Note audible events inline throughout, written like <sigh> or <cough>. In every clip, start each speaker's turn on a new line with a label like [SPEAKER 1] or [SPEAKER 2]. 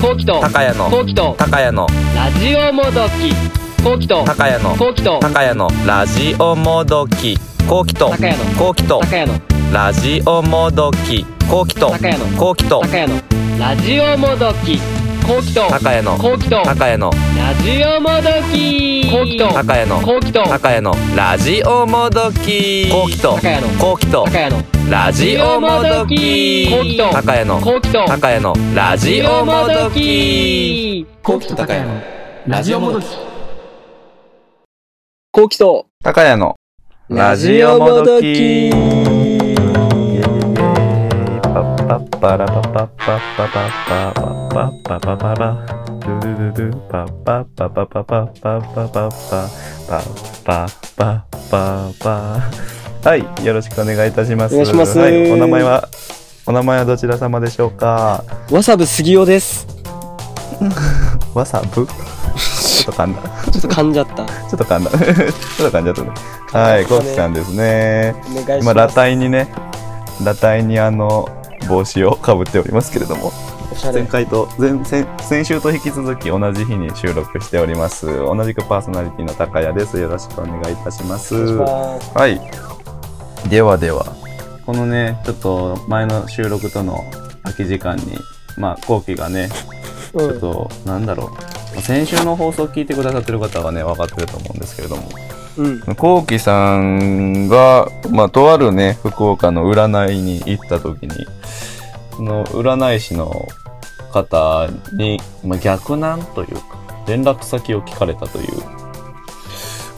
[SPEAKER 1] コキと
[SPEAKER 2] 高屋の
[SPEAKER 1] コキと
[SPEAKER 2] 高屋の
[SPEAKER 1] ラジオもどきコキと
[SPEAKER 2] 高屋の
[SPEAKER 1] コキと
[SPEAKER 2] 高屋のラジオもどきこうきと
[SPEAKER 1] 高屋の
[SPEAKER 2] こうきと
[SPEAKER 1] 高屋の
[SPEAKER 2] ラジオもどきこうきと
[SPEAKER 1] 高屋の
[SPEAKER 2] こうきと
[SPEAKER 1] 高屋のラジオもどきコキと
[SPEAKER 2] 高屋の
[SPEAKER 1] コキとラ
[SPEAKER 2] 高屋の
[SPEAKER 1] ジオもどきコキと
[SPEAKER 2] 高屋の
[SPEAKER 1] コキと
[SPEAKER 2] 高屋のラジオもどきこうきと
[SPEAKER 1] 高屋の
[SPEAKER 2] こうきと
[SPEAKER 1] 高屋の
[SPEAKER 2] ラジオもどき
[SPEAKER 1] こうきとコ
[SPEAKER 2] 高屋の
[SPEAKER 1] キと
[SPEAKER 2] 高屋のラジオも
[SPEAKER 3] コウキと高谷のラジオもど
[SPEAKER 2] どき
[SPEAKER 3] き。
[SPEAKER 1] コキと
[SPEAKER 2] 高屋のラジオもどき
[SPEAKER 4] はい、よろしくお願いいたします。
[SPEAKER 5] お願いします
[SPEAKER 4] はい、お名前は、お名前はどちら様でしょうか。
[SPEAKER 5] わさぶ杉尾です。
[SPEAKER 4] わさぶ。ちょっと噛んだ。
[SPEAKER 5] ちょっと噛んじゃった。
[SPEAKER 4] ちょっと噛んだ。ちょっと噛んじゃったね。はい、コウキさんですね。
[SPEAKER 5] お願いし
[SPEAKER 4] 今、
[SPEAKER 5] ま
[SPEAKER 4] 裸
[SPEAKER 5] す。
[SPEAKER 4] 体にね、裸体にあの、帽子をかぶっておりますけれども、
[SPEAKER 5] おしゃ
[SPEAKER 4] 前
[SPEAKER 5] れ。
[SPEAKER 4] 回と、前、先先週と引き続き同じ日に収録しております。同じくパーソナリティの高谷です。よろしくお願いいたします。はい。ではでは、このね、ちょっと前の収録との空き時間に、まあ、後期がね、
[SPEAKER 5] う
[SPEAKER 4] ちょっ
[SPEAKER 5] ん。
[SPEAKER 4] と、なんだろう。先週の放送を聞いてくださってる方はね、分かってると思うんですけれども、
[SPEAKER 5] うん。
[SPEAKER 4] こうきさんが、まあ、とあるね、福岡の占いに行った時に、その占い師の方に、まあ、逆難というか、連絡先を聞かれたという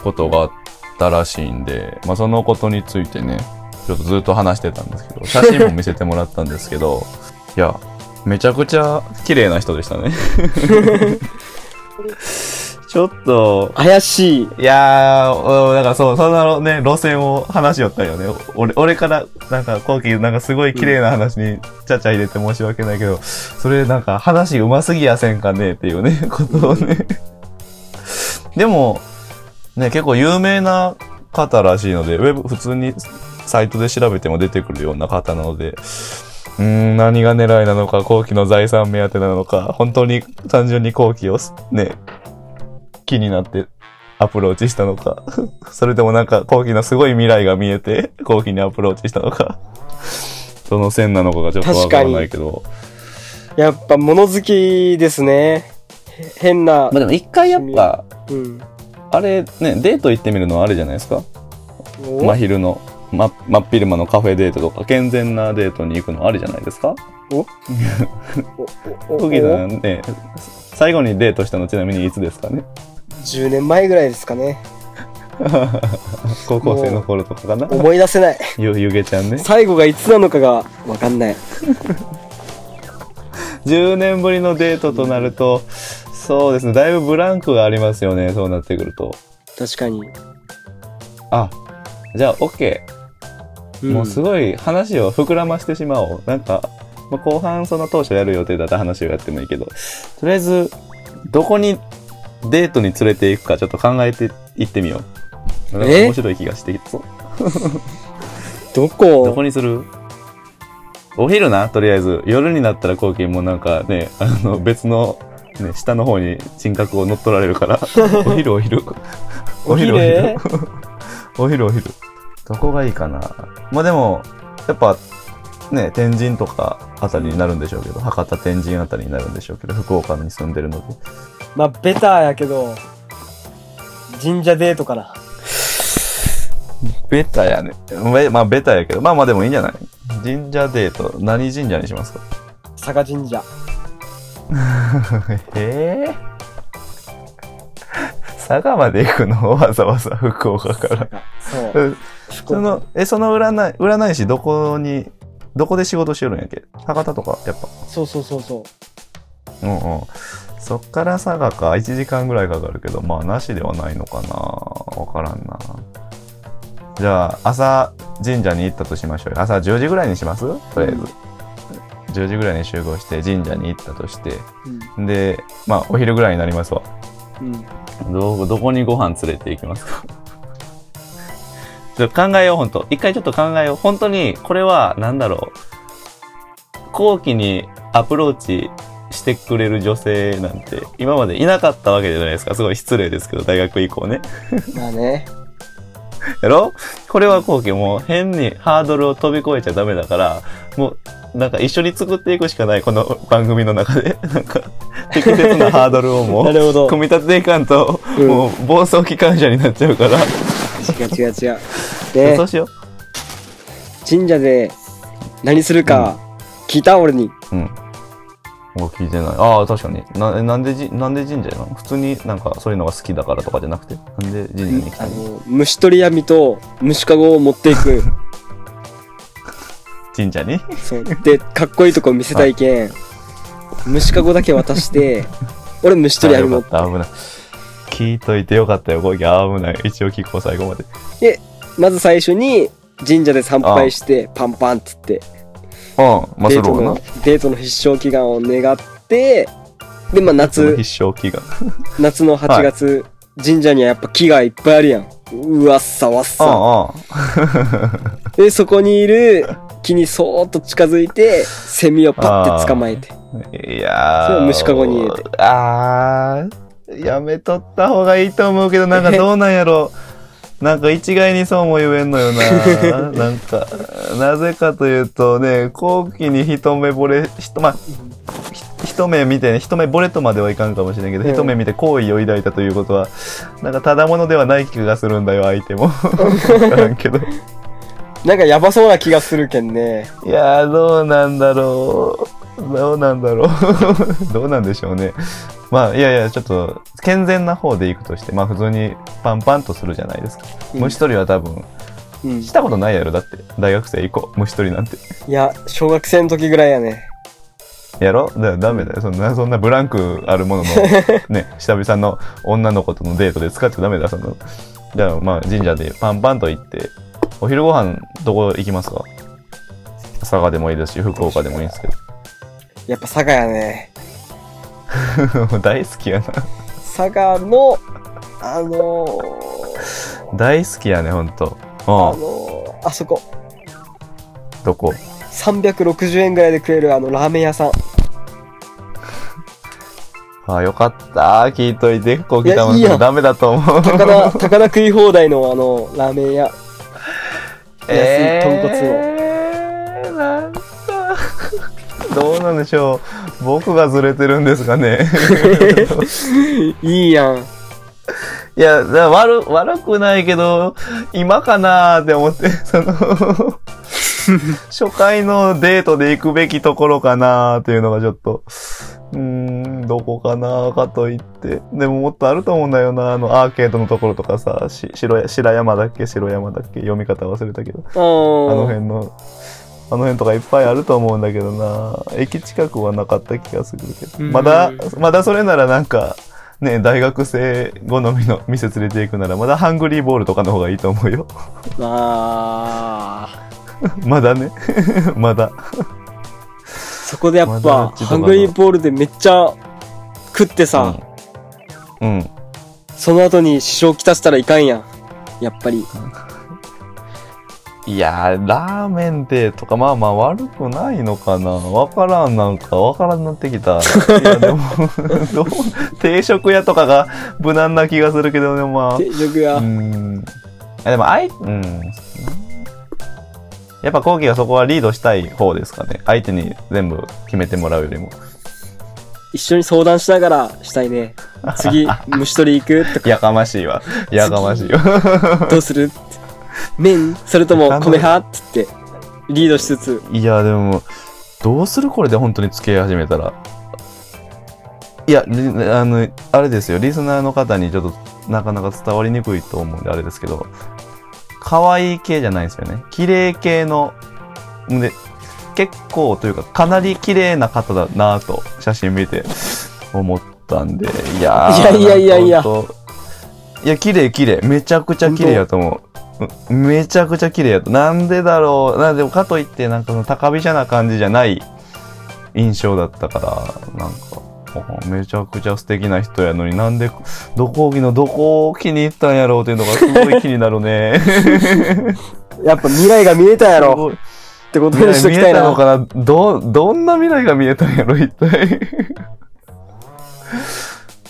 [SPEAKER 4] ことがあったらしいんで、まあ、そのことについてね、ちょっとずっと話してたんですけど、写真も見せてもらったんですけど、いや、めちゃくちゃ綺麗な人でしたね。ちょっと、
[SPEAKER 5] 怪しい。
[SPEAKER 4] いやー、おだからそう、そのね、路線を話しよったよね。お俺、俺から、なんか、後期、なんかすごい綺麗な話に、ちゃちゃ入れて申し訳ないけど、それなんか、話うますぎやせんかねっていうね、ことをね。でも、ね、結構有名な方らしいので、ウェブ、普通にサイトで調べても出てくるような方なので、うーん、何が狙いなのか、後期の財産目当てなのか、本当に単純に後期をすね、気になってアプローチしたのか、 <laughs> それともなんか後期のすごい未来が見えて、後期にアプローチしたのか、 <laughs> どの線なのかがちょっとわからないけど、
[SPEAKER 5] やっぱ物好きですね。へ変な
[SPEAKER 4] まあ。でも一回やっぱ、
[SPEAKER 5] うん。
[SPEAKER 4] あれね、デート行ってみるのはあれじゃないですか。真昼の、ま、真っ昼間のカフェデートとか、健全なデートに行くのはあれじゃないですか。
[SPEAKER 5] おお
[SPEAKER 4] コキさんね、最後にデートしたのちなみにいつですかね
[SPEAKER 5] 10年前ぐらいですかね。
[SPEAKER 4] 高校生の頃とかかな
[SPEAKER 5] 思い出せ
[SPEAKER 4] <laughs>
[SPEAKER 5] ない。
[SPEAKER 4] ゆゆげちゃんね。
[SPEAKER 5] 最後がいつなのかがわかんない。
[SPEAKER 4] 10年ぶりのデートとなると、そうですね、だいぶブランクがありますよね、そうなってくると。
[SPEAKER 5] 確かに。
[SPEAKER 4] あ、じゃあ OK。
[SPEAKER 5] うん
[SPEAKER 4] もうすごい話を膨らましてしまおう。なんか、まあ、後半その当初やる予定だった話をやってもいいけど、とりあえず、どこにデートに連れていくかちょっと考えていってみよう。なんか
[SPEAKER 5] え
[SPEAKER 4] 面白い気がしてきそう。
[SPEAKER 5] ど
[SPEAKER 4] どこ
[SPEAKER 5] こ
[SPEAKER 4] にするお昼な、とりあえず。夜になったら後期もなんかね、あの別の、ね、下の方に人格を乗っ取られるから。お昼お昼。お昼お昼。お昼お昼。どこがいいかな。まあでも、やっぱ、ね、天神とかあたりになるんでしょうけど、博多天神あたりになるんでしょうけど、福岡に住んでるので。
[SPEAKER 5] <laughs> まあ、ベターやけど、神社デートかな。
[SPEAKER 4] ベタやね。べまあベタやけど、まあまあでもいいんじゃない神社デート、何神社にしますか
[SPEAKER 5] 佐賀神社。
[SPEAKER 4] <laughs> ええ佐賀まで行くの <laughs> わざわざ福岡から。
[SPEAKER 5] そう。
[SPEAKER 4] その、え、その占い、占い師どこに、どこで仕事しよるんやっけ博多とか、やっぱ。
[SPEAKER 5] そうそうそうそう。
[SPEAKER 4] うんうん。そっから佐賀か、1時間ぐらいかかるけど、まあ、なしではないのかな。わからんな。じゃあ、朝神社に行ったとしましょうよ。朝10時ぐらいにしますとりあえず。10時ぐらいに集合して神社に行ったとして、で、まあ、お昼ぐらいになりますわ。
[SPEAKER 5] うん。うん。
[SPEAKER 4] どどこにご飯連れて行きますか <laughs> ちょっと考えよう本当一回ちょっと考えよう本当にこれは何だろう後期にアプローチしてくれる女性なんて今までいなかったわけじゃないですかすごい失礼ですけど大学以降ね
[SPEAKER 5] まあね。
[SPEAKER 4] やろこれはこうきもう変にハードルを飛び越えちゃダメだからもうなんか一緒に作っていくしかないこの番組の中でなんか適切なハードルをも
[SPEAKER 5] な
[SPEAKER 4] う
[SPEAKER 5] るほど。
[SPEAKER 4] 組み立てていかんと、
[SPEAKER 5] うん
[SPEAKER 4] もう暴走機関車になっちゃうから、
[SPEAKER 5] 違う
[SPEAKER 4] <laughs>
[SPEAKER 5] 違う違う。で
[SPEAKER 4] そう、しよ
[SPEAKER 5] 神社で何するか聞いた俺に。
[SPEAKER 4] ううんもう聞いてないああ確かにななんでじなんで神社なの普通になんかそういうのが好きだからとかじゃなくてなんで神社に来た
[SPEAKER 5] あ
[SPEAKER 4] の
[SPEAKER 5] の、虫取り網と虫かごを持ってい
[SPEAKER 4] <laughs>
[SPEAKER 5] く。
[SPEAKER 4] 神社に
[SPEAKER 5] そう。で、かっこいいとこ見せたいけん。虫かごだけ渡
[SPEAKER 4] <laughs>
[SPEAKER 5] して、俺虫取り
[SPEAKER 4] あ
[SPEAKER 5] 網
[SPEAKER 4] よ
[SPEAKER 5] 持っ
[SPEAKER 4] かった危ない聞いといてよかったよこうき危ない一応聞こう最後まで
[SPEAKER 5] まず最初に神社で参拝してパンパンっつって
[SPEAKER 4] うんまあ
[SPEAKER 5] デ
[SPEAKER 4] そ
[SPEAKER 5] ー
[SPEAKER 4] れ
[SPEAKER 5] ト
[SPEAKER 4] はな
[SPEAKER 5] のデートの必勝祈願を願ってでまあ
[SPEAKER 4] その
[SPEAKER 5] 夏
[SPEAKER 4] 必勝祈願
[SPEAKER 5] 夏の8月、神社にはやっぱ木がいっぱいあるやんうわっさわっさでそこにいる木にそーっと近づいてセミをパッて捕まえて
[SPEAKER 4] いやー
[SPEAKER 5] それを虫かごに入れて
[SPEAKER 4] あーやめとった方がいいと思うけどなんかどうなんやろなんか一概にそうも言えんの
[SPEAKER 5] <laughs>
[SPEAKER 4] よななんかなぜかというとね後期に一目惚れひとまあひ一目見てね一目惚れとまではいかんかもしれんけど、
[SPEAKER 5] うん
[SPEAKER 4] 一目見て好意を抱いたということはなんかただものではない気がするんだよ相手
[SPEAKER 5] <laughs>
[SPEAKER 4] も分からんけど
[SPEAKER 5] なんかやばそうな気がするけんね
[SPEAKER 4] いやーどうなんだろうどうなんだろう <laughs> どうなんでしょうねまあいやいやちょっと健全な方でいくとしてまあ普通にパンパンとするじゃないですか、
[SPEAKER 5] うん
[SPEAKER 4] 虫取りは多分
[SPEAKER 5] うん
[SPEAKER 4] したことないやろだって大学生以降虫取りなんて
[SPEAKER 5] いや小学生の時ぐらいやね
[SPEAKER 4] やろだダメだよそんなそんなブランクあるもの
[SPEAKER 5] <laughs>
[SPEAKER 4] のね久々の女の子とのデートで使っちゃダメだよそんなのじゃあまあ神社でパンパンと行ってお昼ご飯どこ行きますか佐賀でもいいですし福岡でもいいんですけど
[SPEAKER 5] やっぱ佐賀やね
[SPEAKER 4] <laughs> 大好きやな
[SPEAKER 5] 佐賀のあのー、
[SPEAKER 4] 大好きやねほんと
[SPEAKER 5] あ
[SPEAKER 4] う
[SPEAKER 5] のー、あそこ
[SPEAKER 4] んどこ
[SPEAKER 5] 360円ぐらいで食えるあのラーメン屋さん
[SPEAKER 4] ああよかった聞いといてこう
[SPEAKER 5] いや
[SPEAKER 4] 来たも
[SPEAKER 5] いいやん
[SPEAKER 4] んダメだと思
[SPEAKER 5] 高
[SPEAKER 4] う
[SPEAKER 5] <laughs> 田高田食い放題のあのラーメン <laughs> 屋安い豚骨を、
[SPEAKER 4] えー、なんだどうなんでしょう僕がずれてるんですかね
[SPEAKER 5] いいやん
[SPEAKER 4] いやだから悪悪くないけど今かなーって思ってその初回のデートで行くべきところかなーっていうのがちょっとうーんどこかなーかといってでももっとあると思うんだよなあのアーケードのところとかさし白や白山だっけ白山だっけ読み方忘れたけど
[SPEAKER 5] あ
[SPEAKER 4] あの
[SPEAKER 5] の
[SPEAKER 4] 辺のあの辺とかいっぱいあると思うんだけどな駅近くはなかった気がするけど
[SPEAKER 5] うん
[SPEAKER 4] まだまだそれならなんかね大学生好みの店連れて行くならまだハングリーボールとかの方がいいと思うよ <laughs>
[SPEAKER 5] あ
[SPEAKER 4] まだね <laughs> まだ
[SPEAKER 5] ーそこでやっ
[SPEAKER 4] ま
[SPEAKER 5] ぱ
[SPEAKER 4] だちょっとまだ
[SPEAKER 5] ハングリーボールでめっちゃ食ってさ、
[SPEAKER 4] うん、うん
[SPEAKER 5] その後に支障きたしたらいかんやんやっぱり
[SPEAKER 4] いやーラーメンでとかまあまあ悪くないのかなわからんなんかわからんなってきたいやでも <laughs> どう定食屋とかが無難な気がするけどでもまあ
[SPEAKER 5] 定食屋、
[SPEAKER 4] うん。あでも、あい、うん。やっぱ、コウキがそこはリードしたい方ですかね。相手に全部決めてもらうよりも。
[SPEAKER 5] 一緒に相談しながらしたい <laughs> ね次虫取り行 <laughs> くとか
[SPEAKER 4] やかましいわ。やかましいわ。
[SPEAKER 5] どうするって麺それとも米派っつってリードしつつ
[SPEAKER 4] いや、でも、どうするこれで本当に付き合い始めたら。いや、リあの、あれですよ。リスナーの方にちょっと、なかなか伝わりにくいと思うんで、あれですけど、可愛い系じゃないんですよね。綺麗系の、で、結構というか、かなり綺麗な方だなぁと、写真見て思ったんで、いやー
[SPEAKER 5] いやいやいやいや
[SPEAKER 4] 本当いや、綺麗綺麗。めちゃくちゃ綺麗やと思う。うんめちゃくちゃ綺麗やと。なんでだろう。なんでもかといって、なんかその高飛車な感じじゃない印象だったから、なんか、あめちゃくちゃ素敵な人やのになんで、どこ着のどこを気に入ったんやろうっていうのがすごい気になるね。
[SPEAKER 5] <laughs> やっぱ未来が見えたや
[SPEAKER 4] す
[SPEAKER 5] ろ
[SPEAKER 4] ごい
[SPEAKER 5] ってこと
[SPEAKER 4] 未
[SPEAKER 5] にし
[SPEAKER 4] 来
[SPEAKER 5] とき
[SPEAKER 4] 見
[SPEAKER 5] た
[SPEAKER 4] え
[SPEAKER 5] い
[SPEAKER 4] た
[SPEAKER 5] な
[SPEAKER 4] の。かなど、どんな未来が見えたんやろ、一 <laughs> 体。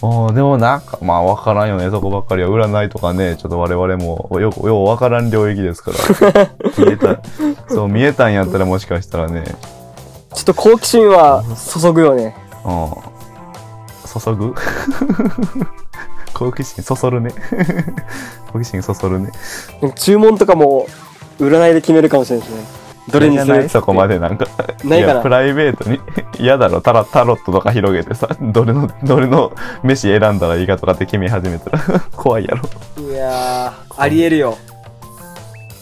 [SPEAKER 4] おーでもなんか、まあ分からんよね、そこばっかりは。占いとかね、ちょっと我々もよく、よう分からん領域ですから。 <laughs> 見えた、そう、見えたんやったらもしかしたらね、
[SPEAKER 5] ちょっと好奇心は注ぐよね。
[SPEAKER 4] うん。注 <laughs> ぐ好奇心そそるね。 <laughs> 好奇心そそるね。
[SPEAKER 5] 注文とかも占いで決めるかもしれないしね。どれにす
[SPEAKER 4] じゃな
[SPEAKER 5] る
[SPEAKER 4] いそこまでなんか。
[SPEAKER 5] ないか
[SPEAKER 4] やプ
[SPEAKER 5] ら。
[SPEAKER 4] ライベートに <laughs> 嫌だろタラタロットとか広げてさどれのどれの飯選んだらいいかとかって決め始めたら <laughs> 怖いやろ
[SPEAKER 5] いやー、ありえるよ。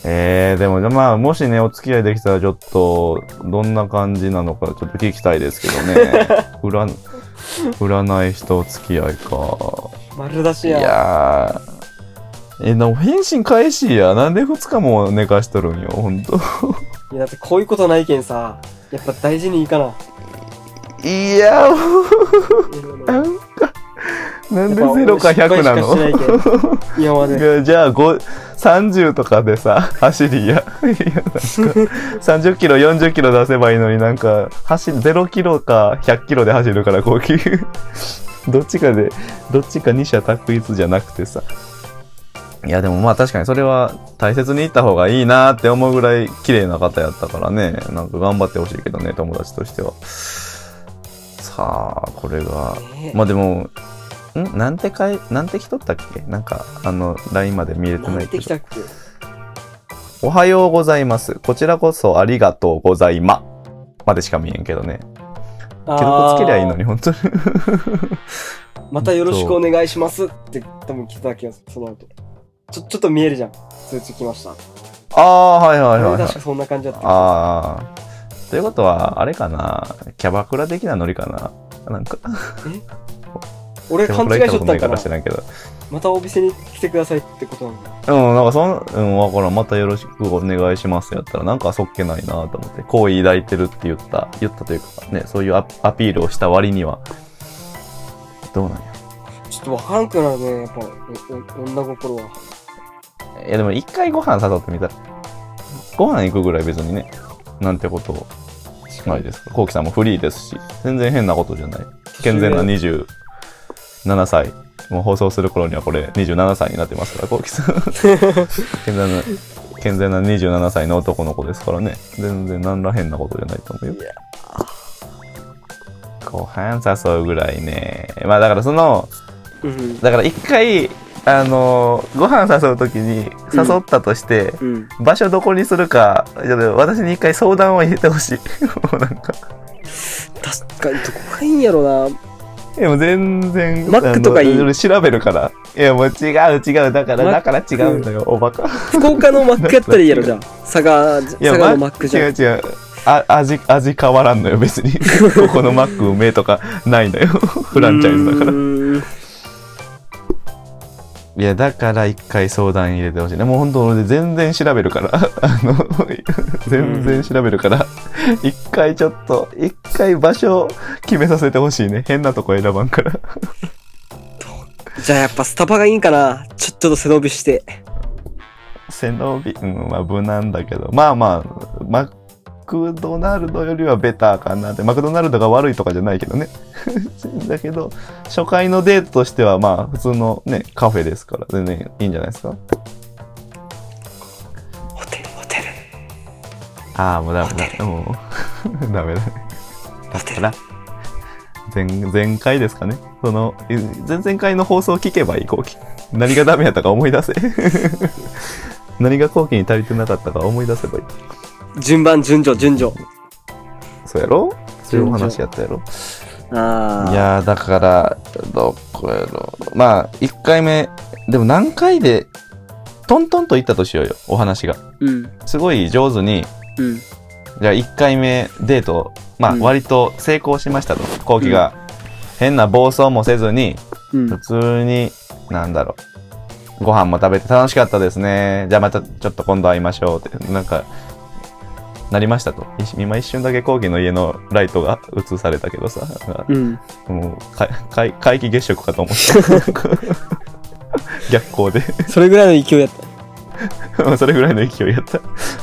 [SPEAKER 4] えー、でもまあもしねお付き合いできたらちょっとどんな感じなのかちょっと聞きたいですけど <laughs> ね占占い師とお付き合いか
[SPEAKER 5] 丸出
[SPEAKER 4] い
[SPEAKER 5] しやん。
[SPEAKER 4] やーえでも返信返しやなんで2日も寝かしとるんよほんと
[SPEAKER 5] いやだってこういうことないけんさ、やっぱ大事にいいかな。
[SPEAKER 4] いやなんで0か100なの
[SPEAKER 5] やっぱ俺失敗しかしてないけん今ま
[SPEAKER 4] い <laughs>
[SPEAKER 5] で。
[SPEAKER 4] やじゃあご30とかでさ走りやいやなんか30キロ40キロ出せばいいのになんか走る0キロか100キロで走るから高級 <laughs> どっちかでどっちか二者択一じゃなくてさいやでもまあ確かにそれは大切に行った方がいいなって思うぐらい綺麗な方やったからねなんか頑張ってほしいけどね友達としてはさあこれが
[SPEAKER 5] ねえ
[SPEAKER 4] <laughs> まあでも、んなんてかい、なんて来とったっけなんか、あの、LINE まで見れて
[SPEAKER 5] なん
[SPEAKER 4] な
[SPEAKER 5] て
[SPEAKER 4] いけ
[SPEAKER 5] 来
[SPEAKER 4] ど。
[SPEAKER 5] たっけ
[SPEAKER 4] おはようございます。こちらこそありがとうございま。までしか見えんけどね。
[SPEAKER 5] あ
[SPEAKER 4] 記録つけりゃいいのに、本
[SPEAKER 5] <laughs>
[SPEAKER 4] 当に。
[SPEAKER 5] ーまたよろしくお願いしますって多分来た気がする、その後。ちょ、ちょっと見えるじゃん。通知来ました。
[SPEAKER 4] ああ、はいはいはい、
[SPEAKER 5] 俺
[SPEAKER 4] はい
[SPEAKER 5] 確。かそんな感じだった。
[SPEAKER 4] ああ。ということは、あれかなキャバクラ的なノリかななんか、
[SPEAKER 5] 俺
[SPEAKER 4] キャバ
[SPEAKER 5] 勘
[SPEAKER 4] ク
[SPEAKER 5] 違
[SPEAKER 4] ラ
[SPEAKER 5] い
[SPEAKER 4] 行
[SPEAKER 5] したと
[SPEAKER 4] っこ
[SPEAKER 5] っ
[SPEAKER 4] と
[SPEAKER 5] た
[SPEAKER 4] なんい
[SPEAKER 5] か
[SPEAKER 4] から
[SPEAKER 5] な
[SPEAKER 4] 知。らんけど。
[SPEAKER 5] またお店に来てくださいってことなんだ。
[SPEAKER 4] うん、なんかそん、うん、わからん。またよろしくお願いしますやったら、なんかそっけないなと思って、好意抱いてるって言った、言ったというか、ね、そういうアアピールをした割には、どうなんや。
[SPEAKER 5] ちょっとわからんくなるね、やっぱ、おお女心は。
[SPEAKER 4] いや、でも一回ご飯誘ってみたら、ご飯行くぐらい別にね、なんてことをしないですから。こうきさんもフリーですし、全然変なことじゃない。健全な27歳。もう放送する頃にはこれ27歳になってますから、こうきさん。健全な、健全な27歳の男の子ですからね。全然何ら変なことじゃないと思うよ。ご飯誘うぐらいね。まあだからその、
[SPEAKER 5] うん。
[SPEAKER 4] だから一回、あのご飯誘うときに誘ったとして、
[SPEAKER 5] うん。
[SPEAKER 4] 場所どこにするか、ちょっと私に一回相談を入れてほしい。 <laughs> もうなんか。
[SPEAKER 5] 確かに、どこがいいんやろな。
[SPEAKER 4] いやもう全然。
[SPEAKER 5] マックとかいい
[SPEAKER 4] あの俺調べるから。いやもう違う違う。だから、
[SPEAKER 5] マ
[SPEAKER 4] だ
[SPEAKER 5] ック
[SPEAKER 4] から違うんだよ、おバカ。
[SPEAKER 5] 福岡のマックやったらいいやろ、じゃあ。佐賀、佐
[SPEAKER 4] いや、
[SPEAKER 5] 賀のマックじゃん。
[SPEAKER 4] 違う違う。あ味、味変わらんの
[SPEAKER 5] <laughs>
[SPEAKER 4] よ、別に。ここのマックうめえとかないのよ。フランチャイズだから。
[SPEAKER 5] ら。
[SPEAKER 4] いや、だから一回相談入れてほしいね。もう本当俺全然調べるから。 <laughs> あの、全然調べるから。一回ちょっと、一回場所決めさせてほしいね。変なとこ選ばんから。 <laughs>
[SPEAKER 5] じゃあやっぱスタバがいいんかなちょっと背伸びして。
[SPEAKER 4] 背伸び、うん、まあ無難だけど。まあまあ、マクドナルドよりはベターかなって。マクドナルドが悪いとかじゃないけどね。 <laughs> だけど、初回のデートとしてはまあ普通のね、カフェですから、全然いいんじゃないですか。
[SPEAKER 5] ホテル、ホテル、
[SPEAKER 4] ああ、もうダメだ。もう、 <laughs> ダメだ。
[SPEAKER 5] ホテル。
[SPEAKER 4] ら前前回ですかねそのい前々回の放送を聞けばいい後期何がダメやったか思い出せ <laughs> 何が後期に足りてなかったか思い出せばいい
[SPEAKER 5] 順番、順序、順序。
[SPEAKER 4] そうやろそういうお話やったやろ
[SPEAKER 5] ああ。
[SPEAKER 4] いやーだからどこやろまあ1回目でも何回でトントンと言ったとしようよお話が
[SPEAKER 5] うん、
[SPEAKER 4] すごい上手に
[SPEAKER 5] うん、
[SPEAKER 4] じゃあ1回目デートまあ
[SPEAKER 5] うん
[SPEAKER 4] 割と成功しましたと後期が変な暴走もせずに
[SPEAKER 5] うん
[SPEAKER 4] 普。通に、なんだろう。ご飯も食べて楽しかったですね。じゃあまたちょっと今度会いましょうって、なんか、なりましたと。一今一瞬だけ講義の家のライトが映されたけどさ、
[SPEAKER 5] うん。
[SPEAKER 4] もうか <laughs> か皆 <laughs> 既月食かと思った。逆光で。
[SPEAKER 5] それぐらいの勢いだった。
[SPEAKER 4] <laughs> うんそれぐらいの勢いやった。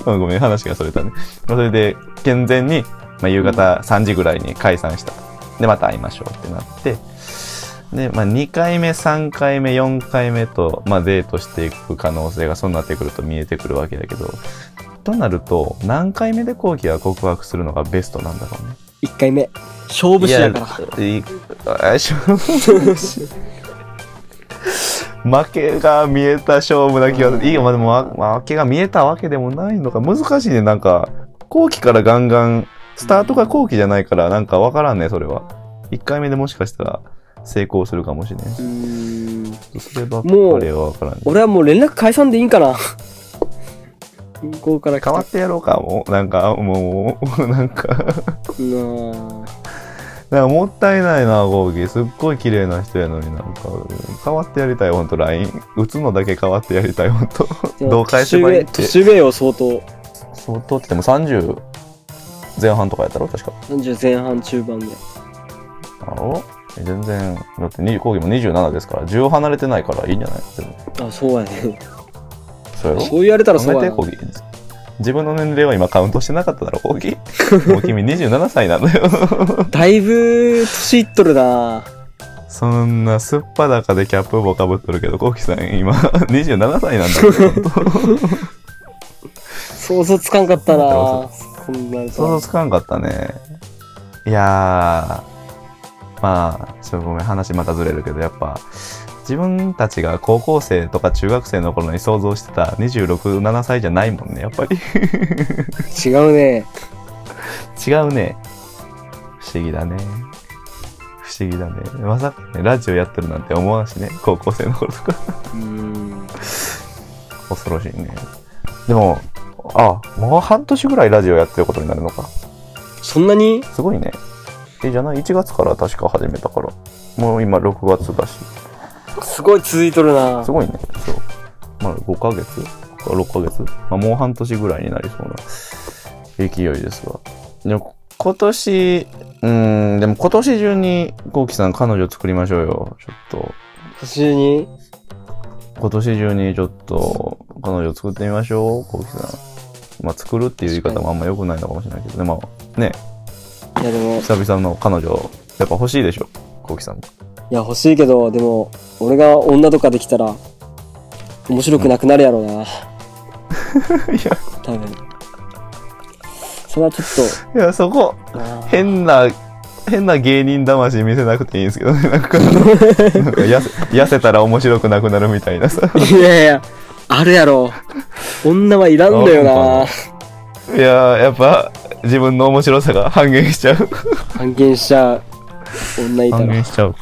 [SPEAKER 4] <laughs> うんごめん、話がそれたね。まあそれで、健全に、まあ、夕方3時ぐらいに解散した。で、また会いましょうってなって、で、まあ、2回目、3回目、4回目と、まあ、デートしていく可能性がそうなってくると見えてくるわけだけど、となると、何回目で後期は告白するのがベストなんだろうね。
[SPEAKER 5] 1回目勝負師だから
[SPEAKER 4] いやいあしょ負けが見えた勝負な気がする。いいよ、まあ、でもわ、負けが見えたわけでもないのか。難しいね、なんか、後期からガンガン、スタートが後期じゃないから、なんかわからんね、それは。1回目でもしかしたら成功するかもしれん。
[SPEAKER 5] うーん
[SPEAKER 4] そればっか
[SPEAKER 5] もう
[SPEAKER 4] りはわからんね。
[SPEAKER 5] 俺はもう連絡解散でいいんかな銀行から来
[SPEAKER 4] 変わ
[SPEAKER 5] た
[SPEAKER 4] ってやろうか、もう。なんか、もう、もうなんか。
[SPEAKER 5] うん
[SPEAKER 4] なんかもったいないな、ゴーギー。すっごい綺麗な人やのになんか、変わってやりたい、ほんと、LINE。打つのだけ変わってやりたい、ほんと。
[SPEAKER 5] でも
[SPEAKER 4] どう返せばいいって。
[SPEAKER 5] 年上年上よ相当
[SPEAKER 4] 相当って言っても30前半とかやったろ確か。
[SPEAKER 5] 30前半中盤で
[SPEAKER 4] だろ全然、だってに、講義も27ですから、10離れてないからいいんじゃないでも
[SPEAKER 5] あそうやね
[SPEAKER 4] そうやろ
[SPEAKER 5] そう言われたらそう
[SPEAKER 4] 考え
[SPEAKER 5] や
[SPEAKER 4] て、
[SPEAKER 5] な
[SPEAKER 4] 講義。自分の年齢は今カウントしてなかっただろ、講義。
[SPEAKER 5] <laughs>
[SPEAKER 4] もう君27歳なんだよ。
[SPEAKER 5] だいぶ年いっとるな
[SPEAKER 4] そんなすっぱだかでキャップ帽かぶっとるけど、コウキさん今 <laughs> 27歳なんだよ。
[SPEAKER 5] <laughs> 想像つかんかった
[SPEAKER 4] そ
[SPEAKER 5] なこんな
[SPEAKER 4] 想像
[SPEAKER 5] の
[SPEAKER 4] つかんかったね。いやー、まあ、ちょっとごめん、話またずれるけど、やっぱ、自分たちが高校生とか中学生の頃に想像してた26、7歳じゃないもんね、やっぱり。
[SPEAKER 5] 違うね
[SPEAKER 4] 違うね。不思議だね。不思議だね。まさかね、ラジオやってるなんて思わんしね、高校生の頃とか。
[SPEAKER 5] うん
[SPEAKER 4] 恐ろしいね。でも、あ、もう半年ぐらいラジオやってることになるのか。
[SPEAKER 5] そんなに
[SPEAKER 4] すごいね。え、じゃない、1月から確か始めたから。もう今6月だし。
[SPEAKER 5] すごい続いとるな
[SPEAKER 4] すごいね。そう。まあ5ヶ月か6ヶ月。まあもう半年ぐらいになりそうな勢いですが。でも今年、うーん、でも今年中に、こうきさん彼女作りましょうよ。ちょっと。
[SPEAKER 5] 年に
[SPEAKER 4] 今年中にちょっと彼女作ってみましょう、こうきさん。まあ、作るっていう言い方もあんま良くないのかもしれないけど、でもね、
[SPEAKER 5] いやでも
[SPEAKER 4] 久々の彼女、やっぱ欲しいでしょ、こうきさんも。
[SPEAKER 5] いや欲しいけどでも俺が女とかできたら面白くなくなるやろうな、
[SPEAKER 4] <laughs> いや、
[SPEAKER 5] 多分それはちょっ
[SPEAKER 4] いや、そこ、
[SPEAKER 5] とな
[SPEAKER 4] 変な、変な芸人魂見せなくていいんですけどね、なん <laughs> か、なんか痩せ痩せたら面白くなくなるみたいなさ。
[SPEAKER 5] <laughs> いやいやあるやろ女はいらんだよ
[SPEAKER 4] あ
[SPEAKER 5] ない
[SPEAKER 4] やー、やっぱ、自分の面白さが半減しちゃう。
[SPEAKER 5] 半減しちゃう女いた
[SPEAKER 4] 半
[SPEAKER 5] ら
[SPEAKER 4] 減しちゃうか。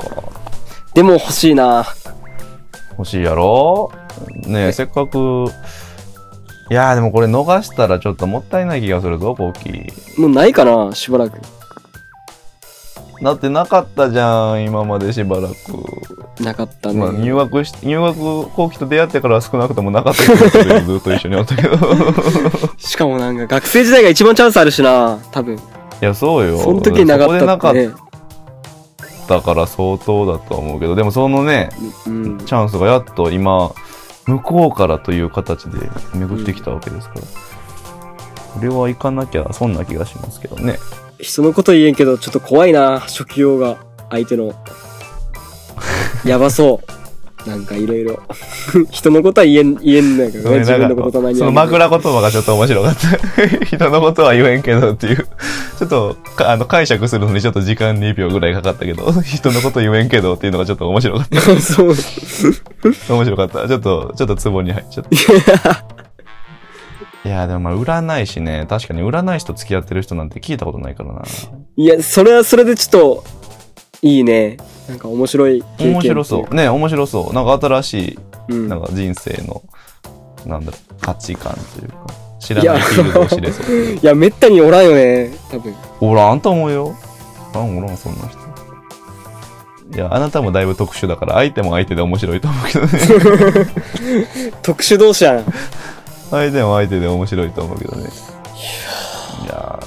[SPEAKER 5] でも欲しいな
[SPEAKER 4] 欲しいやろねえ
[SPEAKER 5] ね
[SPEAKER 4] せっかくいやーでもこれ逃したらちょっともったいない気がするぞコウキ
[SPEAKER 5] もうないかなしばらく
[SPEAKER 4] だってなかったじゃん今までしばらく、
[SPEAKER 5] なかったね、
[SPEAKER 4] まあ、入学し入学後期と出会ってからは少なくともなかった気がするよずっと一緒におったけどい
[SPEAKER 5] しかもなんか学生時代が一番チャンスあるしな多分
[SPEAKER 4] やそうよ
[SPEAKER 5] その時になか
[SPEAKER 4] そこでな
[SPEAKER 5] った
[SPEAKER 4] か
[SPEAKER 5] っ
[SPEAKER 4] って
[SPEAKER 5] ね
[SPEAKER 4] たから相当だとは思うけどでもそのね
[SPEAKER 5] うん
[SPEAKER 4] チャンスがやっと今向こうからという形で巡ってきたわけですから、これは行かなきゃそんな気がしますけどね
[SPEAKER 5] 人のこと言えんけどちょっと怖いな職業が相手のやばそうなんかいろいろ <laughs> 人のことは言えん言えんのやけどね自分のことたまに
[SPEAKER 4] そ
[SPEAKER 5] は
[SPEAKER 4] の枕言葉がちょっと面白かった <laughs> 人のことは言えんけどっていうちょっとかあの解釈するのにちょっと時間2秒ぐらいかかったけど <laughs> 人のこと言えんけどっていうのがちょっと面白かっ
[SPEAKER 5] そう
[SPEAKER 4] た面白かったちょっとちょっとツボに入っちゃった
[SPEAKER 5] <laughs>
[SPEAKER 4] いやでもまあ占い師ね確かに占い師と付き合ってる人なんて聞いたことないからない
[SPEAKER 5] やそれはそれでちょっといいねなんか面白い経験っていう
[SPEAKER 4] 面白そうね面白そうなんか新しい
[SPEAKER 5] うん、
[SPEAKER 4] なんか人生のなんだろう価値観というか知らないフィールドを知れそう
[SPEAKER 5] いやめったにおらんよね多分
[SPEAKER 4] おらんと思うよ。おらんおらん、そんな人。いや、あなたもだいぶ特殊だから、相手も相手で面白いと思うけどね。
[SPEAKER 5] 特殊同士やな
[SPEAKER 4] 相手も相手で面白いと思うけどね。いや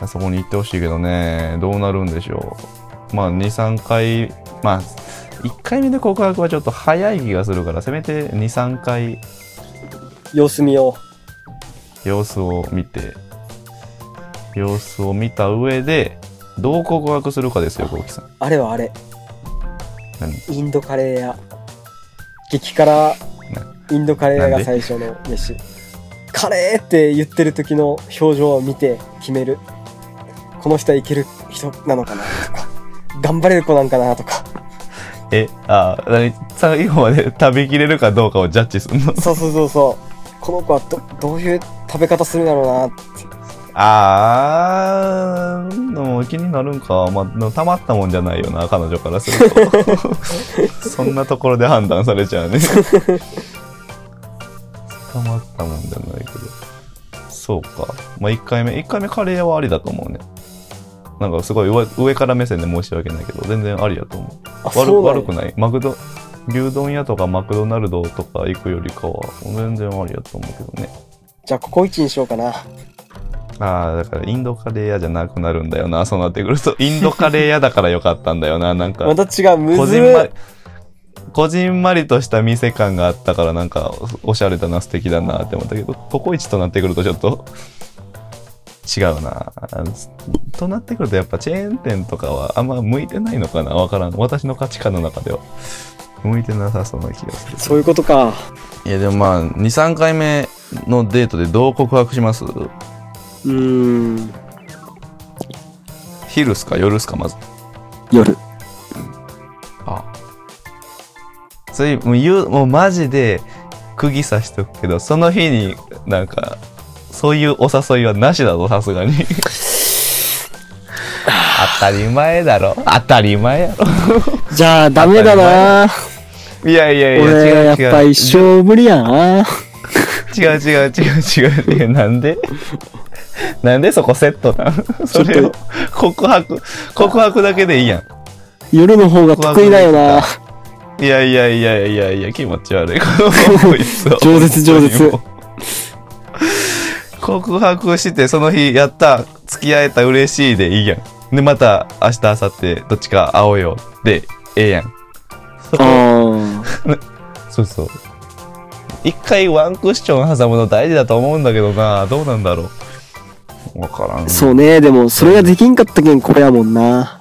[SPEAKER 4] ー、そこに行ってほしいけどね、どうなるんでしょう。まあ、2、3回、まあ、1回目で告白はちょっと早い気がするから、せめて2、3回
[SPEAKER 5] 様子見よ
[SPEAKER 4] 様子を見て様子を見た上でどう告白するかですよコウキさん
[SPEAKER 5] う。あれはあれ。
[SPEAKER 4] 何
[SPEAKER 5] インドカレー屋。激辛インドカレー屋が最初の飯。カレーって言ってる時の表情を見て決める。この人はいける人なのかなとか、頑張れる子なんかなとか。
[SPEAKER 4] えあ何最後まで食べきれるかどうかをジャッジするの
[SPEAKER 5] そうそうそうそう。この子はどどういう食べ方するだろうなって。
[SPEAKER 4] あーでも気になるんか、まあでも、たまったもんじゃないよな彼女からすると
[SPEAKER 5] <laughs>
[SPEAKER 4] そんなところで判断されちゃうねたまったもんじゃないけどそうかまあ1回目1回目カレー屋はありだと思うねなんかすごい上上から目線で申し訳ないけど全然ありだと思う
[SPEAKER 5] あ、
[SPEAKER 4] 悪
[SPEAKER 5] そうなん
[SPEAKER 4] 悪
[SPEAKER 5] や
[SPEAKER 4] くないマクド牛丼屋とかマクドナルドとか行くよりかは全然ありやと思うけどね
[SPEAKER 5] じゃあ、ココイチにしようかな。
[SPEAKER 4] ああだからインドカレー屋じゃなくなるんだよなそうなってくると <laughs> インドカレー屋だからよかったんだよななんか
[SPEAKER 5] また違う、
[SPEAKER 4] こ
[SPEAKER 5] むず
[SPEAKER 4] じんまり
[SPEAKER 5] い。
[SPEAKER 4] こじんまりとした店感があったからなんかおしゃれだな素敵だなって思ったけどココイチとなってくるとちょっと違うなとなってくるとやっぱチェーン店とかはあんま向いてないのかなわからん私の価値観の中では向いてなさそうな気がする
[SPEAKER 5] そういうことか。
[SPEAKER 4] いやでもまあ23回目のデートでどう告白します
[SPEAKER 5] うーん。
[SPEAKER 4] 昼っすか夜っすかまず
[SPEAKER 5] 夜。
[SPEAKER 4] あそれもう言うもうマジで釘刺しとくけどその日になんかそういうお誘いはなしだぞさす <laughs> がに当たり前だろ当たり前やろ
[SPEAKER 5] じゃあ、ダメだな。
[SPEAKER 4] いやいやいや
[SPEAKER 5] 俺、
[SPEAKER 4] 違
[SPEAKER 5] や
[SPEAKER 4] う
[SPEAKER 5] っ
[SPEAKER 4] 違う
[SPEAKER 5] ぱ一生無理やな。
[SPEAKER 4] 違う違う違う違う違うなんでなんでそこセットなんそれを告白告白だけでいいやん
[SPEAKER 5] 夜の方が得意だよな。
[SPEAKER 4] いやいやいやいやいや、気持ち悪い。このこい
[SPEAKER 5] <laughs>
[SPEAKER 4] つを
[SPEAKER 5] 饒舌饒舌
[SPEAKER 4] 本当にもう <laughs> 告白して、その日、やった、付き合えた、嬉しいでいいやん。で、また、明日、明後日どっちか会おうよ。で、ええやん。
[SPEAKER 5] ああ。
[SPEAKER 4] そうそう。一回ワンクッション挟むの大事だと思うんだけどな。どうなんだろう。わからん。
[SPEAKER 5] そうね。でも、それができんかったけん、これやもんな。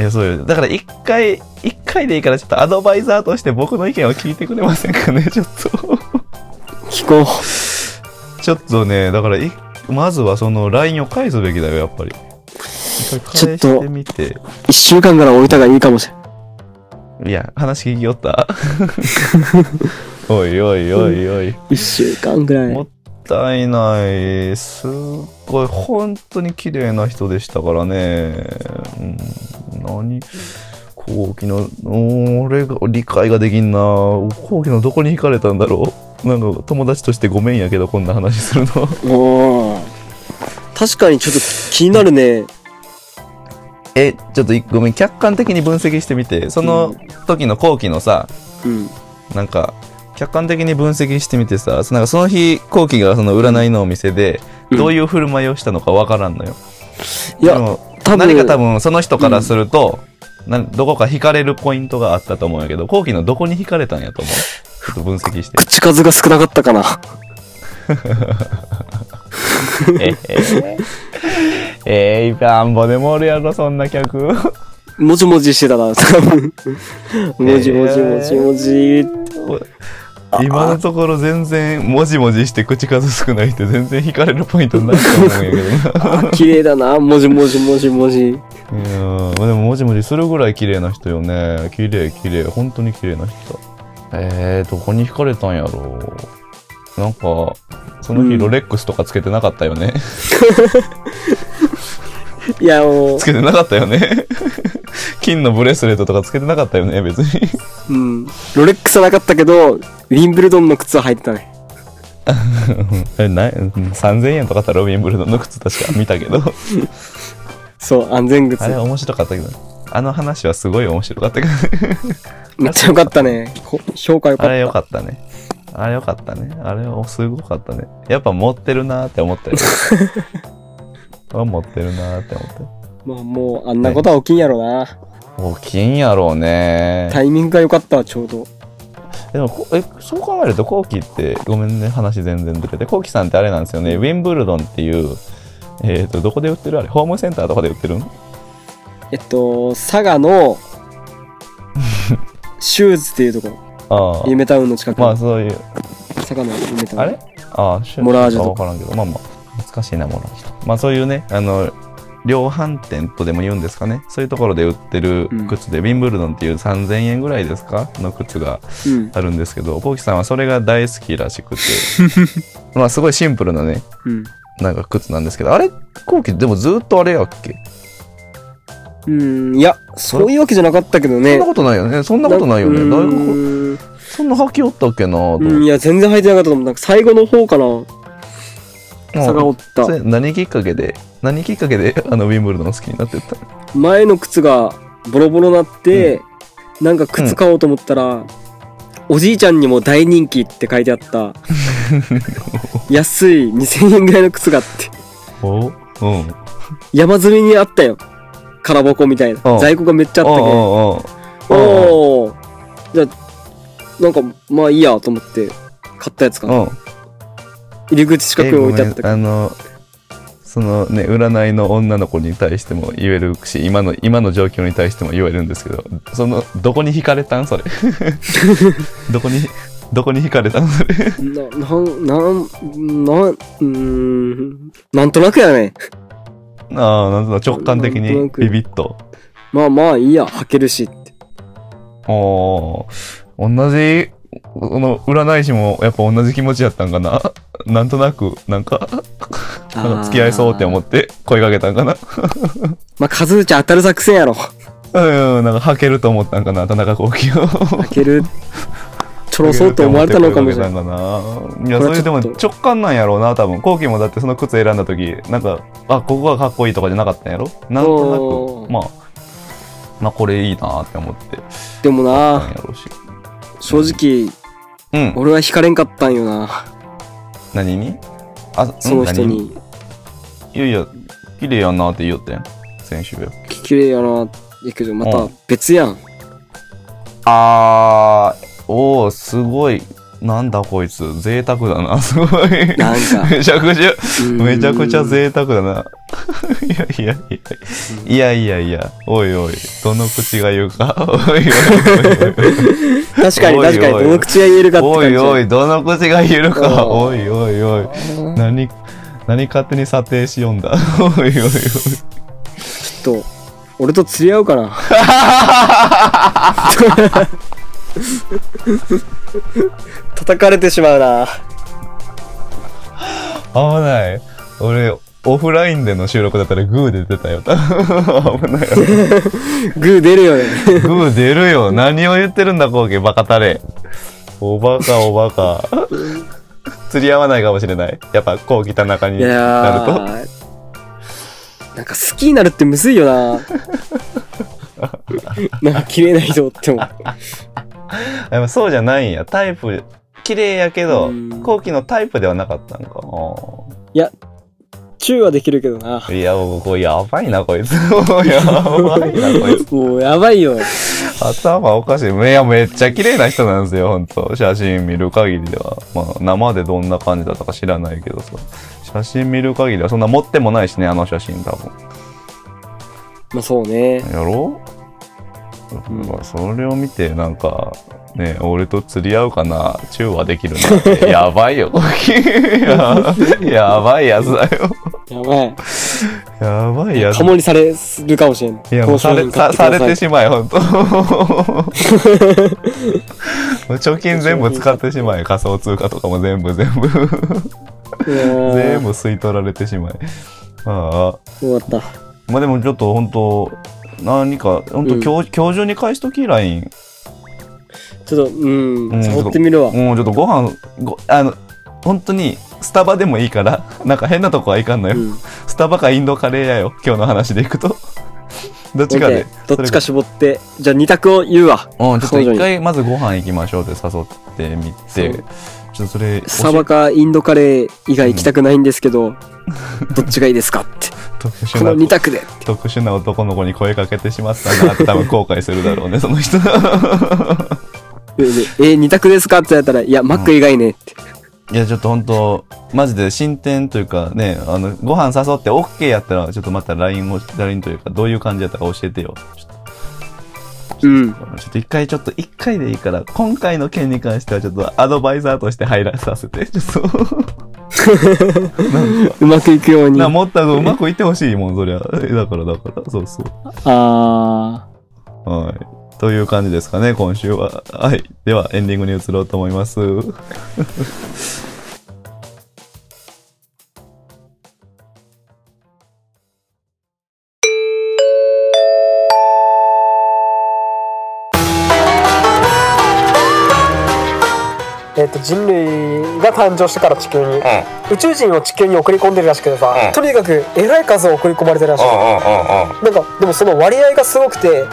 [SPEAKER 4] えそうよだから一回一回でいいからちょっとアドバイザーとして僕の意見を聞いてくれませんかねちょっと
[SPEAKER 5] 聞こう。
[SPEAKER 4] ちょっとねだからいまずはその LINE を返すべきだよやっぱり一回返
[SPEAKER 5] ちょっ
[SPEAKER 4] し
[SPEAKER 5] と
[SPEAKER 4] てみて
[SPEAKER 5] 一週間から置いたがいいかもしれん。
[SPEAKER 4] いや話聞きよった <laughs> おいおいおいおい、
[SPEAKER 5] 一週間ぐらい。
[SPEAKER 4] もったいないすっごい本当に綺麗な人でしたからね、うん、何後期のうん俺が理解ができんな後期のどこに惹かれたんだろうなんか友達としてごめんやけどこんな話するの
[SPEAKER 5] おー確かにちょっと気になるね。
[SPEAKER 4] えちょっといごめん客観的に分析してみてその時の後期のさ、
[SPEAKER 5] うん。
[SPEAKER 4] なんか客観的に分析してみてさそなんかその日後期がその占いのお店で
[SPEAKER 5] うん
[SPEAKER 4] どういう振る舞いをしたのかわからんのよ、
[SPEAKER 5] い
[SPEAKER 4] で
[SPEAKER 5] や、
[SPEAKER 4] も
[SPEAKER 5] 多分。
[SPEAKER 4] 何か多分その人からすると、なんどこか惹かれるポイントがあったと思うんやけど後期のどこに惹かれたんやと思うちょっと分析して
[SPEAKER 5] 口数が少なかったかな。
[SPEAKER 4] えええー、なんぼでもおるやろそんな客
[SPEAKER 5] もじもじしてたな、多分。もじもじもじもじ。
[SPEAKER 4] 今のところ全然もじもじして口数少ないって全然惹かれるポイントないと思うんや <laughs> けどな
[SPEAKER 5] あ綺麗だな、もじもじもじもじ。
[SPEAKER 4] いやーでももじもじするぐらい綺麗な人よね綺麗綺麗本当に綺麗な人えー、どこに惹かれたんやろうなんかその
[SPEAKER 5] う
[SPEAKER 4] 日
[SPEAKER 5] ん
[SPEAKER 4] ロレックスとかつけてなかったよね、 <laughs>
[SPEAKER 5] いや、もう
[SPEAKER 4] つ、けてなかったよね <laughs> 金のブレスレットとかつけてなかったよね別に
[SPEAKER 5] うん。ロレックスはなかったけど、ウィンブルドンの靴は履いてたね。
[SPEAKER 4] <laughs> えなうん3000円とかあったロビン・ブルドンの靴確か見たけど
[SPEAKER 5] そう、安全靴
[SPEAKER 4] <laughs> あ。れ面白かったけどあの話はすごい面白かったけど
[SPEAKER 5] めっちゃ良かったね。こ評価良か
[SPEAKER 4] あ
[SPEAKER 5] った。
[SPEAKER 4] れ良かったね。あれ良かったね。あれおすごかったね。やっぱ持ってるなーって思 <laughs> ったよ。あ持ってるなーって思っ
[SPEAKER 5] まあもう、あんなことは起きんやろな。
[SPEAKER 4] た。大きいんやろうね。
[SPEAKER 5] タイミングが良かったわ、ちょうど。
[SPEAKER 4] でもこえそう考えるとコウキってごめんね話全然出ててコウキさんってあれなんですよねウィンブルドンっていう、えー、とどこで売ってるあれホームセンターとかで売ってるん
[SPEAKER 5] えっと、佐賀
[SPEAKER 4] <laughs>
[SPEAKER 5] の、シューズっていうところ。
[SPEAKER 4] ああ
[SPEAKER 5] 夢タウンの近く。
[SPEAKER 4] まあそういう
[SPEAKER 5] 佐賀の夢タウン。
[SPEAKER 4] あれああシュ
[SPEAKER 5] モラージュ
[SPEAKER 4] か
[SPEAKER 5] と
[SPEAKER 4] 分からんけどまあまあ難しいなモラージュとまあそういうねあの量販店とでも言うんですかねそういうところで売ってる靴で、ウィンブルドンっていう3000円ぐらいですかの靴が
[SPEAKER 5] うん。
[SPEAKER 4] あるんですけどコウキさんはそれが大好きらしくて
[SPEAKER 5] <laughs>
[SPEAKER 4] まあすごいシンプルなね
[SPEAKER 5] うん。
[SPEAKER 4] なんか靴なんですけどあれ後期でもずっとあれやっけ
[SPEAKER 5] うん、いや、そういうわけじゃなかったけど
[SPEAKER 4] そ
[SPEAKER 5] ね
[SPEAKER 4] んな。ことないよねそんなことないよね
[SPEAKER 5] う
[SPEAKER 4] 大学
[SPEAKER 5] ーん
[SPEAKER 4] そんな履きおったっけなと
[SPEAKER 5] うん、いや、全然履いてなかったと思う。なんか最後の方かな。差がおった
[SPEAKER 4] そ。れ何きっかけで何きっかけであのウィンブルドン好きになってった
[SPEAKER 5] 前の靴がボロボロなって、なんか靴買おうと思ったら、おじいちゃんにも大人気って書いてあった
[SPEAKER 4] <laughs>
[SPEAKER 5] 安い2000円ぐらいの靴があって
[SPEAKER 4] おうんおう
[SPEAKER 5] 山積みにあったよ空箱みたい
[SPEAKER 4] うん
[SPEAKER 5] な在庫がめっちゃあったけど
[SPEAKER 4] おうおう
[SPEAKER 5] おおじゃあなんかまあいいやと思って買ったやつかな
[SPEAKER 4] おう
[SPEAKER 5] 入り口近くに置いてあったけ
[SPEAKER 4] えごめんあのそのね占いの女の子に対しても言えるし今の今の状況に対しても言えるんですけどそのどこに惹かれたん
[SPEAKER 5] <laughs>
[SPEAKER 4] それどこにどこに惹かれたんそれ
[SPEAKER 5] どななんなんなんうーんなんとなくやね
[SPEAKER 4] ああ、なんとなく直感的
[SPEAKER 5] なんと
[SPEAKER 4] に
[SPEAKER 5] なく
[SPEAKER 4] ビビッと。
[SPEAKER 5] まあまあいいや履けるしって
[SPEAKER 4] おー同じ、この占い師もやっぱ同じ気持ちやったんかな。なんとなく、なんか、なんか付き合いそうって思って声かけたんかな。
[SPEAKER 5] まあ、数打ち当たる作戦やろ。
[SPEAKER 4] うん、なんか吐けると思ったんかな、田中幸喜を。
[SPEAKER 5] 開け
[SPEAKER 4] <laughs>
[SPEAKER 5] る。ちょろそうと思われたのかもしれない。
[SPEAKER 4] い。いや、
[SPEAKER 5] これ
[SPEAKER 4] そ
[SPEAKER 5] は
[SPEAKER 4] れ
[SPEAKER 5] ち
[SPEAKER 4] で
[SPEAKER 5] ょ
[SPEAKER 4] も
[SPEAKER 5] っと
[SPEAKER 4] 直感なんやろうな、多分。幸喜もだってその靴選んだ時、なんか、あ、ここがかっこいいとかじゃなかったんやろなんと
[SPEAKER 5] お
[SPEAKER 4] なく、
[SPEAKER 5] ー
[SPEAKER 4] まあ、まあこれいいなって思って
[SPEAKER 5] でも
[SPEAKER 4] たん
[SPEAKER 5] な、
[SPEAKER 4] やろうし。
[SPEAKER 5] 正直、
[SPEAKER 4] うん。
[SPEAKER 5] 俺は惹かれんかったんよな。
[SPEAKER 4] 何にあ
[SPEAKER 5] その人
[SPEAKER 4] ん何
[SPEAKER 5] に。
[SPEAKER 4] いやいや綺麗やなって言おったやん先週や
[SPEAKER 5] ききれいやな。やけど、ま
[SPEAKER 4] う
[SPEAKER 5] た
[SPEAKER 4] ん
[SPEAKER 5] 別やん。
[SPEAKER 4] あーおおすごいなんだこいつ贅沢だな <laughs> すごい
[SPEAKER 5] なんか。
[SPEAKER 4] めちゃくちゃ
[SPEAKER 5] うん
[SPEAKER 4] めちゃくちゃ贅沢だな <laughs> いやいやいやいやいやいやおいおいどの口が言
[SPEAKER 5] <laughs>
[SPEAKER 4] うかおい
[SPEAKER 5] 確かに
[SPEAKER 4] おいおい
[SPEAKER 5] 確かに、どの口が言えるかって
[SPEAKER 4] おいお
[SPEAKER 5] 感
[SPEAKER 4] い
[SPEAKER 5] じ。
[SPEAKER 4] おいどの口が言えるか
[SPEAKER 5] お
[SPEAKER 4] おいおいおい何何勝手に査定しよんだ <laughs> おいおいおい
[SPEAKER 5] ちょっと、俺と釣り合うか
[SPEAKER 4] <laughs>
[SPEAKER 5] な。叩かれてしまうな。
[SPEAKER 4] 危ない。俺、オフラインでの収録だったらグーで出たよ。 <laughs> 危ない。
[SPEAKER 5] グー出るよね。
[SPEAKER 4] グー出
[SPEAKER 5] <laughs>
[SPEAKER 4] るよ。何を言ってるんだ、コウケ、バカタレ。おバカ、おバカ。釣り合わないかもしれない。やっぱ、コウキ田中に
[SPEAKER 5] いや
[SPEAKER 4] なると。
[SPEAKER 5] ーなんか好きになるってむずいよ
[SPEAKER 4] <laughs>
[SPEAKER 5] ななんか綺麗な人おっても
[SPEAKER 4] やっぱそうじゃないんや。タイプ、綺麗やけど
[SPEAKER 5] うん、
[SPEAKER 4] コウキのタイプではなかったんか。お
[SPEAKER 5] チューはできるけどな
[SPEAKER 4] ーいや、こうやばいな、こいつ。 <laughs> やばいな、こいつ。
[SPEAKER 5] もうやばいよ
[SPEAKER 4] 頭おかしい。いや、めっちゃ綺麗な人なんですよ、ほんと。写真見る限りでは。まあ、生でどんな感じだったか知らないけどさ。写真見る限りでは、そんな持ってもないしね、あの写真多分。
[SPEAKER 5] まあそうね
[SPEAKER 4] やろうわそれを見て、なんか、ね、俺と釣り合うかな、チューはできるなって。 <laughs> やばいよ、ややばいやつだよ。
[SPEAKER 5] やばい
[SPEAKER 4] <laughs> やばいやつ
[SPEAKER 5] カ。モにされるかもしれん
[SPEAKER 4] いや、
[SPEAKER 5] この
[SPEAKER 4] もうさ
[SPEAKER 5] 商
[SPEAKER 4] れ
[SPEAKER 5] 品
[SPEAKER 4] さ
[SPEAKER 5] 買
[SPEAKER 4] され
[SPEAKER 5] ってくだ
[SPEAKER 4] て
[SPEAKER 5] さ
[SPEAKER 4] しまえ、ほんと。 <laughs> 貯金全部使ってしまえ、仮想通貨とかも全部全 <laughs> 部
[SPEAKER 5] い
[SPEAKER 4] 全
[SPEAKER 5] 全
[SPEAKER 4] 部吸い取られてしまえ。あ
[SPEAKER 5] 終わった
[SPEAKER 4] あ。まあでもちょっと本当何か、本当
[SPEAKER 5] うん
[SPEAKER 4] 今日、今日中に返しとき、ライン。
[SPEAKER 5] ちょっとうん
[SPEAKER 4] うん
[SPEAKER 5] 追ってみるわ
[SPEAKER 4] もうちょっとご飯、ご、あの、本当に、スタバでもいいから、 <laughs> なんか変なとこはいかんのよ。
[SPEAKER 5] うん
[SPEAKER 4] スタバかインドカレーやよ、今日の話でいくと。 <laughs> どっちかで。
[SPEAKER 5] どっちか絞ってじゃあ二択を言うわ
[SPEAKER 4] うん、ちょっ
[SPEAKER 5] 彼
[SPEAKER 4] と
[SPEAKER 5] 女
[SPEAKER 4] 一
[SPEAKER 5] に
[SPEAKER 4] 回まずご飯行きましょうって誘ってみて、
[SPEAKER 5] そう
[SPEAKER 4] ちょっとそれ、
[SPEAKER 5] スタバかインドカレー以外行きたくないんですけど、どっちがいいですか
[SPEAKER 4] <laughs>
[SPEAKER 5] って
[SPEAKER 4] 特
[SPEAKER 5] この
[SPEAKER 4] 殊
[SPEAKER 5] 二
[SPEAKER 4] な、
[SPEAKER 5] 択で
[SPEAKER 4] 特殊な
[SPEAKER 5] <laughs>
[SPEAKER 4] 男の子に声かけてしまったなって多分後悔するだろうね、その人。
[SPEAKER 5] ででえ、二択ですかってやったら、いや、マック以外ねって。
[SPEAKER 4] いや、ちょっと本当マジで進展というかね、あの、ご飯誘って OK やったら、ちょっとまた LINE を、LINE というか、どういう感じやったか教えてよ。ちょっ
[SPEAKER 5] うん。
[SPEAKER 4] とちょっと一回、ちょっと一回でいいから、今回の件に関しては、ちょっとアドバイザーとして入らさせて、ちょっと。
[SPEAKER 5] うまくいくように。
[SPEAKER 4] な、
[SPEAKER 5] あ
[SPEAKER 4] もっとうまくいってほしいもん、そりゃ。えだから、だから、そうそう。
[SPEAKER 5] あ
[SPEAKER 4] はい。という感じですかね、今週は。はい。では、エンディングに移ろうと思います。
[SPEAKER 6] えっと人類が誕生してから地球に、宇宙人を地球に送り込んでるらしくてさ、
[SPEAKER 2] うん
[SPEAKER 6] とにかくえらい数を送り込まれてるらしい、なんかでもその割合がすごくて、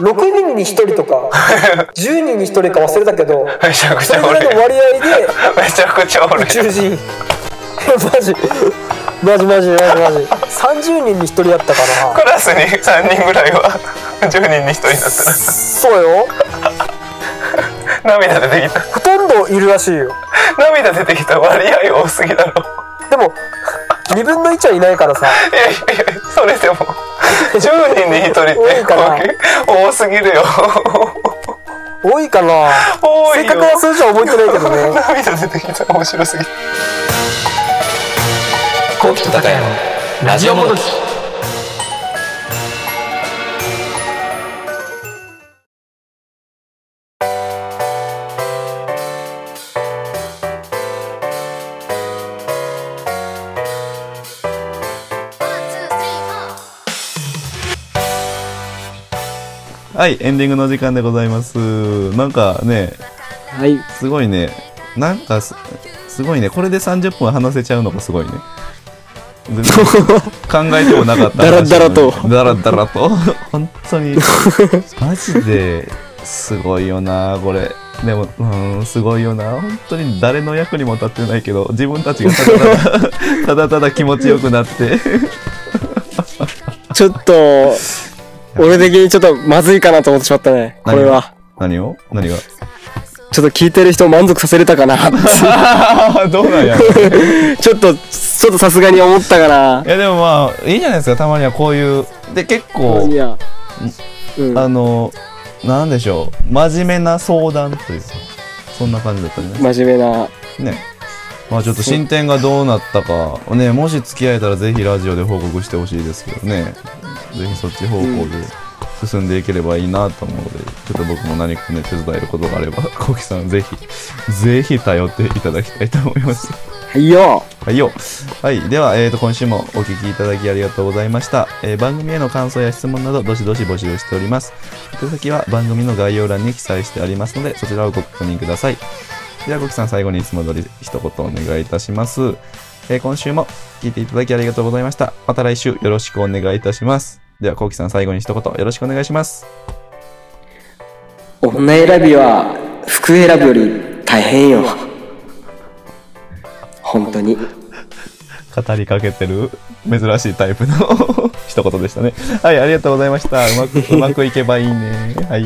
[SPEAKER 6] 6人に1人とか <laughs> 10人に1人か忘れたけ
[SPEAKER 2] <laughs>
[SPEAKER 6] ど
[SPEAKER 2] めちゃく
[SPEAKER 6] それぐらいの割合で
[SPEAKER 2] <laughs> めちゃくちゃおる
[SPEAKER 6] 宇宙人 <laughs> マジマジマジマジマジ30人に1人だったかな
[SPEAKER 2] クラスに3人ぐらいは10人に1人だっ
[SPEAKER 6] そうよ
[SPEAKER 2] たら涙出てきた
[SPEAKER 6] ほとんどいるらしいよ
[SPEAKER 2] 涙出てきた割合多すぎだろ
[SPEAKER 6] でも2分の1はいないからさ
[SPEAKER 2] いやいやいやそれでも10人に1人って
[SPEAKER 6] 多いかな
[SPEAKER 2] 多すぎるよ
[SPEAKER 6] 多いかな
[SPEAKER 2] <laughs> 多い
[SPEAKER 6] 正
[SPEAKER 2] よ
[SPEAKER 6] 確な数字は覚えてないけどね
[SPEAKER 2] 涙出てきた面白すぎる
[SPEAKER 3] コウキと高ヤのラジオもどき。
[SPEAKER 4] はい、エンディングの時間でございます。なんかね、
[SPEAKER 5] あ。はい。 <laughs>
[SPEAKER 4] すごいね、なんかす、すごいね、これで30分話せちゃうのがすごいね。全然考えてもなかった話なのに。
[SPEAKER 5] だらだらと
[SPEAKER 4] だらだらと。本当に。マジで、すごいよな、これ。でも、うん、すごいよな。本当に誰の役にも立ってないけど、自分たちがただた <laughs> だ、ただただ気持ちよくなって。
[SPEAKER 5] ちょっと、俺的にちょっとまずいかなと思ってしまったね。これは。
[SPEAKER 4] 何を何が
[SPEAKER 5] ちょっと聞いてる人を満足させれたか
[SPEAKER 4] <laughs>
[SPEAKER 5] な。
[SPEAKER 4] ああ、どうなんやろう。。
[SPEAKER 5] ちょっと、ちょっとさすがに思ったかない
[SPEAKER 4] や、でもまあ、いいじゃないですか、たまにはこういう。で、結構
[SPEAKER 5] い、や。うん。
[SPEAKER 4] あの、なんでしょう、真面目な相談というか、そんな感じだったね。
[SPEAKER 5] 真面目な。
[SPEAKER 4] ね。まあちょっと進展がどうなったか、ね、もし付き合えたらぜひラジオで報告してほしいですけどね、ぜひそっち方向で進んでいければいいなと思うので、ちょっと僕も何かね、手伝えることがあれば、コウキさんぜひ、ぜひ頼っていただきたいと思います。
[SPEAKER 5] はいよ。
[SPEAKER 4] はいよ。はい。では、えー、と、今週もお聞きいただきありがとうございました。えー番組への感想や質問など、どしどし募集しております。宛先は番組の概要欄に記載してありますので、そちらをご確認ください。では、ごきさん、最後にいつも通り一言お願いいたします。えー今週も聞いていただきありがとうございました。また来週よろしくお願いいたします。では、こうきさん、最後に一言よろしくお願いします。
[SPEAKER 5] 女選びは、服選びより大変よ。本当に。
[SPEAKER 4] 語りかけてる珍しいタイプの <laughs> 一言でしたね。はい、ありがとうございました。うまく、うまくいけばいいね。はい。